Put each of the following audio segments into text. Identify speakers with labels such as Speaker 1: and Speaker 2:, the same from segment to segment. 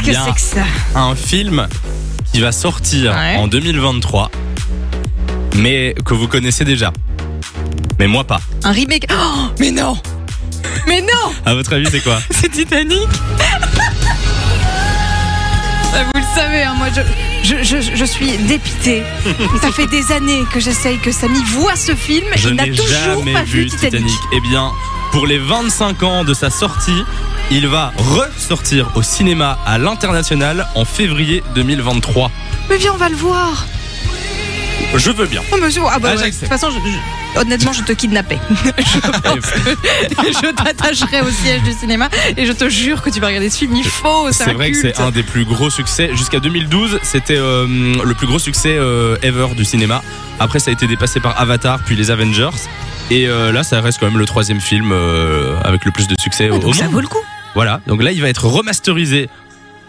Speaker 1: que
Speaker 2: bien
Speaker 1: c'est que ça
Speaker 2: un film qui va sortir
Speaker 1: Ouais.
Speaker 2: en 2023, mais que vous connaissez déjà. Mais moi pas.
Speaker 1: Un remake Oh, Mais non Mais non
Speaker 2: À votre avis, c'est quoi
Speaker 1: C'est Titanic Ah, Vous le savez, hein, moi je, je, je- je suis dépitée. Ça fait des années que j'essaye que Samy voit ce film.
Speaker 2: Je
Speaker 1: il n'a
Speaker 2: n'ai
Speaker 1: toujours
Speaker 2: jamais
Speaker 1: pas
Speaker 2: vu Titanic. Eh bien, pour les 25 ans de sa sortie, il va ressortir au cinéma à l'international en février 2023.
Speaker 1: Mais viens, on va le voir.
Speaker 2: Je veux bien.
Speaker 1: Oh, mais je- ah bah
Speaker 2: Ah,
Speaker 1: ouais. De
Speaker 2: j'accepte.
Speaker 1: toute façon, je- je- honnêtement, je te kidnappais. je t'attacherai au siège du cinéma et je te jure que tu vas regarder ce film. Il faut,
Speaker 2: C'est
Speaker 1: un
Speaker 2: vrai que
Speaker 1: culte.
Speaker 2: c'est un des plus gros succès. Jusqu'à 2012, c'était euh, le plus gros succès euh, ever du cinéma. Après, ça a été dépassé par Avatar, puis les Avengers. Et euh, là, ça reste quand même le troisième film euh, avec le plus de succès au,
Speaker 1: Ah, Donc
Speaker 2: au
Speaker 1: ça
Speaker 2: monde.
Speaker 1: vaut le coup.
Speaker 2: Voilà. Donc là, il va être remasterisé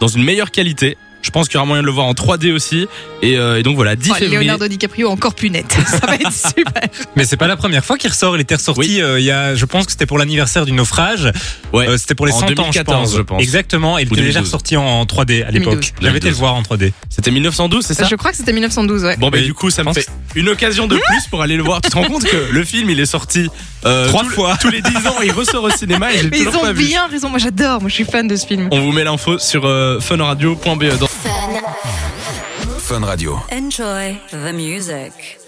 Speaker 2: dans une meilleure qualité. Je pense qu'il y aura moyen de le voir en 3D aussi. Et, euh, et donc voilà, 10
Speaker 1: Oh,
Speaker 2: février.
Speaker 1: Leonardo DiCaprio encore plus net. Ça va être super.
Speaker 3: Mais c'est pas la première fois qu'il ressort. Il était ressorti,
Speaker 2: Oui.
Speaker 3: euh, il y a, je pense que c'était pour l'anniversaire du naufrage.
Speaker 2: Ouais.
Speaker 3: Euh, c'était pour les
Speaker 2: En
Speaker 3: 100 ans, je
Speaker 2: 2014,
Speaker 3: pense.
Speaker 2: je pense.
Speaker 3: Exactement. Et il
Speaker 2: Ou
Speaker 3: était déjà
Speaker 2: 2012.
Speaker 3: ressorti en, en 3D à
Speaker 1: 2012.
Speaker 3: l'époque. J'avais été le voir en 3D.
Speaker 2: C'était 1912, c'est ça
Speaker 1: Je crois que c'était 1912, ouais.
Speaker 2: Bon, bah,
Speaker 3: Oui,
Speaker 2: du coup, ça me
Speaker 3: pense.
Speaker 2: fait une occasion de plus pour aller le voir. Tu te rends compte que le film, il est sorti euh,
Speaker 3: Trois
Speaker 2: tous-
Speaker 3: fois.
Speaker 2: Tous les 10 ans, il ressort au cinéma et j'ai
Speaker 1: Mais ils
Speaker 2: toujours
Speaker 1: ont
Speaker 2: pas vu.
Speaker 1: bien raison. Moi, j'adore. Moi, je suis fan de ce film.
Speaker 2: On vous met l'info sur euh, funradio.be dans
Speaker 4: Enjoy the music.